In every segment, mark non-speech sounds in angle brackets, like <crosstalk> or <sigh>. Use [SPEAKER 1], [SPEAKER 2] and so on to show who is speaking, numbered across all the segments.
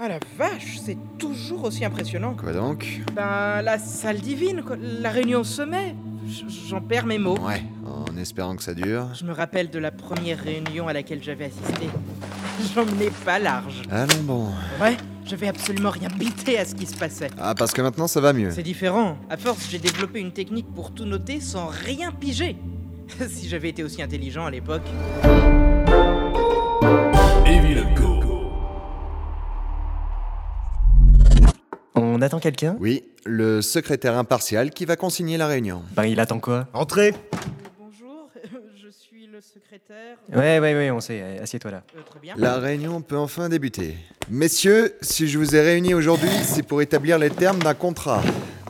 [SPEAKER 1] Ah la vache, c'est toujours aussi impressionnant.
[SPEAKER 2] Quoi donc
[SPEAKER 1] Ben, la salle divine, quoi, la réunion au sommet. J- J'en perds mes mots.
[SPEAKER 2] Ouais, en espérant que ça dure.
[SPEAKER 1] Je me rappelle de la première réunion à laquelle j'avais assisté. J'en ai pas large.
[SPEAKER 2] Allons Ah bon.
[SPEAKER 1] Ouais, j'avais absolument rien bité à ce qui se passait.
[SPEAKER 2] Ah, parce que maintenant ça va mieux.
[SPEAKER 1] C'est différent. À force, j'ai développé une technique pour tout noter sans rien piger. <laughs> si j'avais été aussi intelligent à l'époque.
[SPEAKER 3] Evil Go.
[SPEAKER 4] On attend quelqu'un
[SPEAKER 2] Oui, le secrétaire impartial qui va consigner la réunion.
[SPEAKER 4] Ben, il attend quoi
[SPEAKER 5] Entrez
[SPEAKER 1] Bonjour, <laughs> je suis le secrétaire.
[SPEAKER 4] Ouais, ouais, ouais, on sait. euh, Assieds-toi là.
[SPEAKER 1] Euh, très bien.
[SPEAKER 2] La réunion peut enfin débuter. Messieurs, si je vous ai réunis aujourd'hui, c'est pour établir les termes d'un contrat.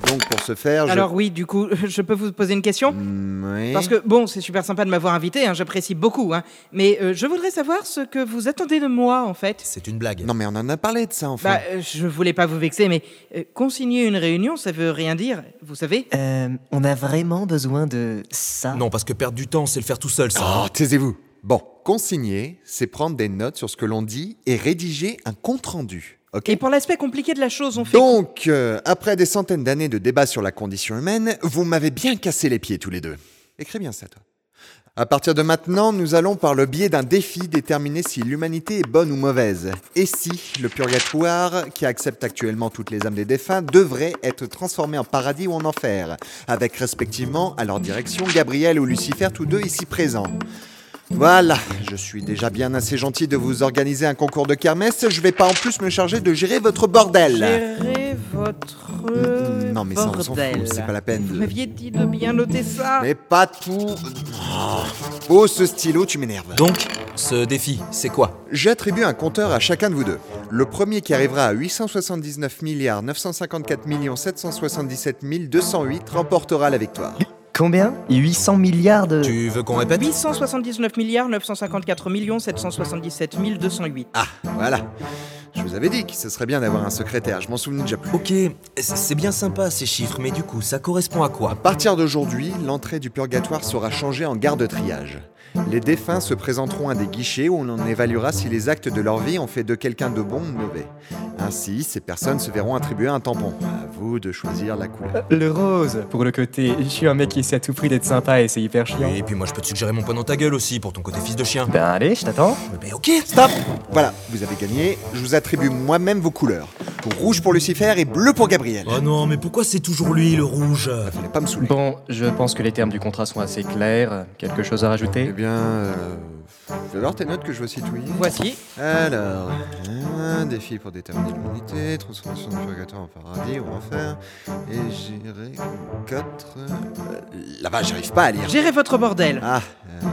[SPEAKER 2] Donc pour ce faire, je...
[SPEAKER 1] Alors oui, du coup, <laughs> je peux vous poser une question
[SPEAKER 2] Hmm, oui.
[SPEAKER 1] Parce que bon, c'est super sympa de m'avoir invité, hein, j'apprécie beaucoup, hein, mais euh, je voudrais savoir ce que vous attendez de moi en fait.
[SPEAKER 5] C'est une blague.
[SPEAKER 2] Non mais on en a parlé de ça enfin.
[SPEAKER 1] Bah, euh, je voulais pas vous vexer, mais euh, consigner une réunion, ça veut rien dire, vous savez
[SPEAKER 4] Euh, on a vraiment besoin de ça
[SPEAKER 5] Non, parce que perdre du temps, c'est le faire tout seul, ça.
[SPEAKER 2] Oh, taisez-vous. Bon, consigner, c'est prendre des notes sur ce que l'on dit et rédiger un compte-rendu. OK
[SPEAKER 1] Et pour l'aspect compliqué de la chose, on fait.
[SPEAKER 2] Donc, euh, après des centaines d'années de débats sur la condition humaine, vous m'avez bien cassé les pieds tous les deux. Écris bien ça, toi. À partir de maintenant, nous allons par le biais d'un défi déterminer si l'humanité est bonne ou mauvaise, et si le purgatoire, qui accepte actuellement toutes les âmes des défunts, devrait être transformé en paradis ou en enfer, avec respectivement à leur direction Gabriel ou Lucifer, tous deux ici présents. Voilà, je suis déjà bien assez gentil de vous organiser un concours de kermesse, je vais pas en plus me charger de gérer votre bordel.
[SPEAKER 1] Gérer votre.
[SPEAKER 2] Mm, Non, mais ça, on s'en
[SPEAKER 1] bordel.
[SPEAKER 2] fout, c'est pas la peine de-
[SPEAKER 1] Vous m'aviez dit de bien noter ça.
[SPEAKER 2] Mais pas tout. Oh, ce stylo, tu m'énerves.
[SPEAKER 5] Donc, ce défi, c'est quoi
[SPEAKER 2] J'attribue un compteur à chacun de vous deux. Le premier qui arrivera à 879 milliards 954 millions 777 208 remportera la victoire.
[SPEAKER 4] Combien 800 milliards de.
[SPEAKER 5] Tu veux qu'on répète
[SPEAKER 1] 879 milliards 954 millions 777 208.
[SPEAKER 2] Ah, voilà. Je vous avais dit que ce serait bien d'avoir un secrétaire, je m'en souvenais déjà plus.
[SPEAKER 5] Ok, c'est c'est bien sympa ces chiffres, mais du coup, ça correspond à quoi
[SPEAKER 2] À partir d'aujourd'hui, l'entrée du purgatoire sera changée en gare de triage. Les défunts se présenteront à des guichets où l'on évaluera si les actes de leur vie ont fait de quelqu'un de bon ou de mauvais. Ainsi, ces personnes se verront attribuer un tampon. À vous de choisir la couleur.
[SPEAKER 4] Le rose Pour le côté, je suis un mec qui essaie à tout prix d'être sympa et c'est hyper chiant.
[SPEAKER 5] Et puis moi, je peux te suggérer mon poing dans ta gueule aussi, pour ton côté fils de chien.
[SPEAKER 4] Ben allez, je t'attends.
[SPEAKER 5] Mais ok
[SPEAKER 2] Stop Voilà, vous avez gagné. Je vous attribue moi-même vos couleurs. Rouge pour Lucifer et bleu pour Gabriel.
[SPEAKER 5] Oh non, mais pourquoi c'est toujours lui, le rouge
[SPEAKER 2] Fallait pas me saouler.
[SPEAKER 4] Bon, je pense que les termes du contrat sont assez clairs. Quelque chose à
[SPEAKER 2] Eh
[SPEAKER 4] rajouter
[SPEAKER 2] bien, euh... fais voir tes notes que je vois citouiller.
[SPEAKER 1] Voici.
[SPEAKER 2] Alors, un défi pour déterminer l'humanité, transformation du purgatoire en paradis ou enfer, et gérer 4... euh, Là-bas, j'arrive pas à lire.
[SPEAKER 1] Gérer votre bordel.
[SPEAKER 2] Ah, euh,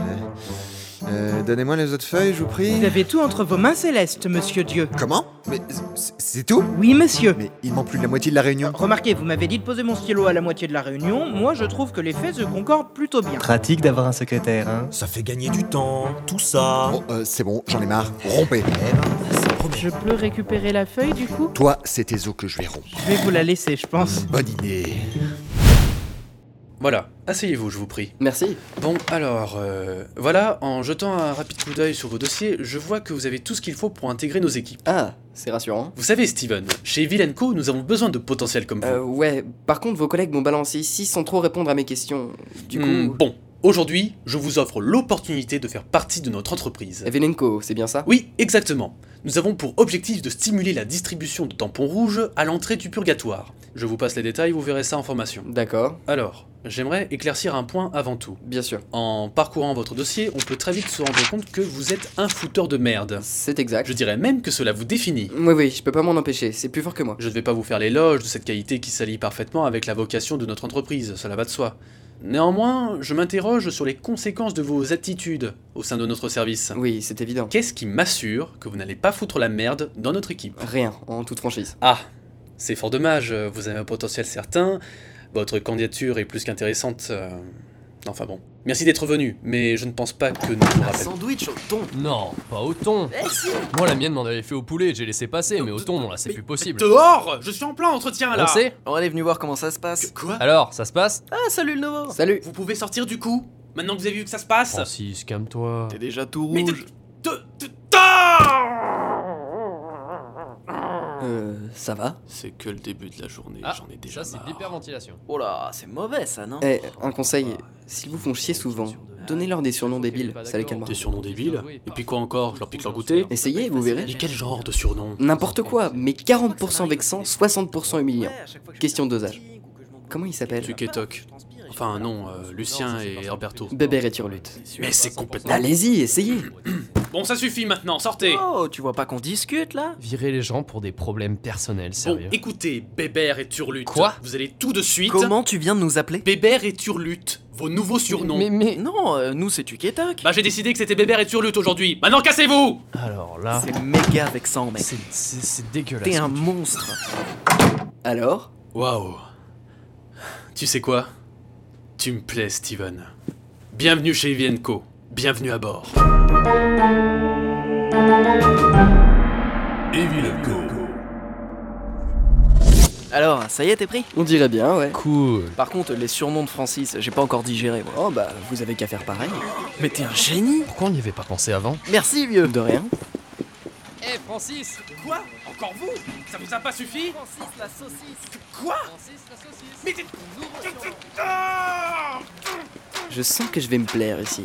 [SPEAKER 2] euh, donnez-moi les autres feuilles, je vous
[SPEAKER 1] Vous
[SPEAKER 2] prie.
[SPEAKER 1] avez tout entre vos mains célestes, monsieur Dieu.
[SPEAKER 2] Comment Mais c'est- c'est tout
[SPEAKER 1] Oui, monsieur.
[SPEAKER 2] Mais il manque plus de la moitié de la réunion.
[SPEAKER 1] Remarquez, vous m'avez dit de poser mon stylo à la moitié de la réunion. Moi, je trouve que les faits se concordent plutôt bien.
[SPEAKER 4] Pratique d'avoir un secrétaire, hein
[SPEAKER 5] Ça fait gagner du temps, tout ça.
[SPEAKER 2] Bon, euh, c'est bon, j'en ai marre. Rompez.
[SPEAKER 5] C'est le premier.
[SPEAKER 1] Je peux récupérer la feuille, du coup
[SPEAKER 2] Toi, c'est tes os que je vais rompre.
[SPEAKER 1] Je vais vous la laisser, je pense.
[SPEAKER 2] Bonne idée.
[SPEAKER 6] Voilà, asseyez-vous, je vous prie.
[SPEAKER 7] Merci.
[SPEAKER 6] Bon, alors, euh, voilà, en jetant un rapide coup d'œil sur vos dossiers, je vois que vous avez tout ce qu'il faut pour intégrer nos équipes.
[SPEAKER 7] Ah, c'est rassurant.
[SPEAKER 6] Vous savez, Steven, chez Villain Co, nous avons besoin de potentiels comme vous.
[SPEAKER 7] Euh, ouais, par contre, vos collègues m'ont balancé ici sans trop répondre à mes questions. Du coup,
[SPEAKER 6] Hmm, bon, aujourd'hui, je vous offre l'opportunité de faire partie de notre entreprise.
[SPEAKER 7] Evelenko, c'est Eh bien ça
[SPEAKER 6] Oui, exactement. Nous avons pour objectif de stimuler la distribution de tampons rouges à l'entrée du purgatoire. Je vous passe les détails, vous verrez ça en formation.
[SPEAKER 7] D'accord,
[SPEAKER 6] Alors, j'aimerais éclaircir un point avant tout.
[SPEAKER 7] bien sûr.
[SPEAKER 6] En parcourant votre dossier, on peut très vite se rendre compte que vous êtes un fouteur de merde.
[SPEAKER 7] C'est exact.
[SPEAKER 6] Je dirais même que cela vous définit.
[SPEAKER 7] Oui, oui, je peux pas m'en empêcher, c'est plus fort que moi.
[SPEAKER 6] Je ne vais pas vous faire l'éloge de cette qualité qui s'allie parfaitement avec la vocation de notre entreprise, cela va de soi. Néanmoins, je m'interroge sur les conséquences de vos attitudes au sein de notre service.
[SPEAKER 7] Oui, c'est évident.
[SPEAKER 6] Qu'est-ce qui m'assure que vous n'allez pas foutre la merde dans notre équipe
[SPEAKER 7] Rien, en toute franchise.
[SPEAKER 6] Ah, c'est fort dommage, euh, vous avez un potentiel certain, votre candidature est plus qu'intéressante. euh, Enfin bon. Merci d'être venu, mais je ne pense pas que nous vous rappelons.
[SPEAKER 7] sandwich au thon
[SPEAKER 8] Non, pas au thon.
[SPEAKER 6] Eh,
[SPEAKER 8] Moi, la mienne m'en avait fait au poulet, j'ai laissé passer, mais au thon, non, là, c'est plus possible.
[SPEAKER 6] Dehors Je suis en plein entretien
[SPEAKER 8] On sait
[SPEAKER 7] On est venu voir comment ça se passe.
[SPEAKER 6] Quoi
[SPEAKER 8] Alors, ça se passe
[SPEAKER 6] Ah, salut le Novo
[SPEAKER 7] Salut
[SPEAKER 6] Vous pouvez sortir du coup Maintenant que vous avez vu que ça se passe
[SPEAKER 8] Francis, calme-toi.
[SPEAKER 7] déjà tout
[SPEAKER 6] Mais de- de- de- de-
[SPEAKER 3] Ça va
[SPEAKER 6] C'est que le début de la journée,
[SPEAKER 8] Ah,
[SPEAKER 6] j'en ai déjà
[SPEAKER 8] Ça, c'est
[SPEAKER 6] marre.
[SPEAKER 8] l'hyperventilation.
[SPEAKER 3] Oh là, c'est mauvais ça, non Ah,
[SPEAKER 7] Eh, un conseil, s'ils vous font chier souvent, donnez-leur des surnoms débiles, ça les calmera.
[SPEAKER 6] Des surnoms débiles Et puis quoi encore Je leur pique leur goûter
[SPEAKER 7] Essayez, vous verrez.
[SPEAKER 6] Mais quel genre de surnom
[SPEAKER 7] N'importe quoi, mais 40% vexant, 60% humiliant.
[SPEAKER 9] Ouais, à chaque fois que je
[SPEAKER 7] Question
[SPEAKER 9] fais un
[SPEAKER 7] dosage.
[SPEAKER 9] meeting ou que je m'engueule,
[SPEAKER 7] Comment il s'appelle
[SPEAKER 6] Tu quétoques. Enfin non, euh, Lucien et Alberto.
[SPEAKER 7] Bébé et Turlute.
[SPEAKER 6] Mais c'est complètement...
[SPEAKER 7] Allez-y, essayez
[SPEAKER 6] Bon, ça suffit maintenant, sortez
[SPEAKER 3] Oh, tu vois pas qu'on discute là
[SPEAKER 8] <clears throat> Virer les gens pour des problèmes personnels,
[SPEAKER 6] Bon,
[SPEAKER 8] sérieux.
[SPEAKER 6] écoutez, Bébert et Turlute.
[SPEAKER 8] Quoi
[SPEAKER 6] Vous allez tout de suite...
[SPEAKER 3] Comment tu viens de nous appeler
[SPEAKER 6] Bébert et Turlute, vos nouveaux surnoms.
[SPEAKER 8] Mais, mais.
[SPEAKER 3] Non, euh, nous c'est tu Tuketok.
[SPEAKER 6] Bah j'ai décidé que c'était Bébert et Turlute aujourd'hui. Maintenant cassez-vous
[SPEAKER 8] Alors là.
[SPEAKER 3] C'est méga vexant, mec.
[SPEAKER 8] C'est c'est- c'est
[SPEAKER 3] T'es
[SPEAKER 8] dégueulasse.
[SPEAKER 3] un monstre.
[SPEAKER 7] Alors
[SPEAKER 6] Waouh. Tu sais quoi Tu me plais, Steven. Bienvenue chez Evienco. Bienvenue à bord.
[SPEAKER 3] Alors, ça y est, t'es pris
[SPEAKER 7] On dirait bien, ouais.
[SPEAKER 8] Cool.
[SPEAKER 3] Par contre, les surnoms de Francis, j'ai pas encore digéré, moi.
[SPEAKER 7] Oh bah, vous avez qu'à faire pareil.
[SPEAKER 3] Mais t'es un génie
[SPEAKER 8] Pourquoi on n'y avait pas pensé avant
[SPEAKER 3] Merci, vieux
[SPEAKER 7] De rien.
[SPEAKER 8] Eh Francis
[SPEAKER 6] Quoi Encore vous Ça vous a pas suffi
[SPEAKER 8] Francis la saucisse
[SPEAKER 6] Quoi
[SPEAKER 8] Francis la saucisse
[SPEAKER 6] Mais
[SPEAKER 7] Je sens que je vais me plaire ici.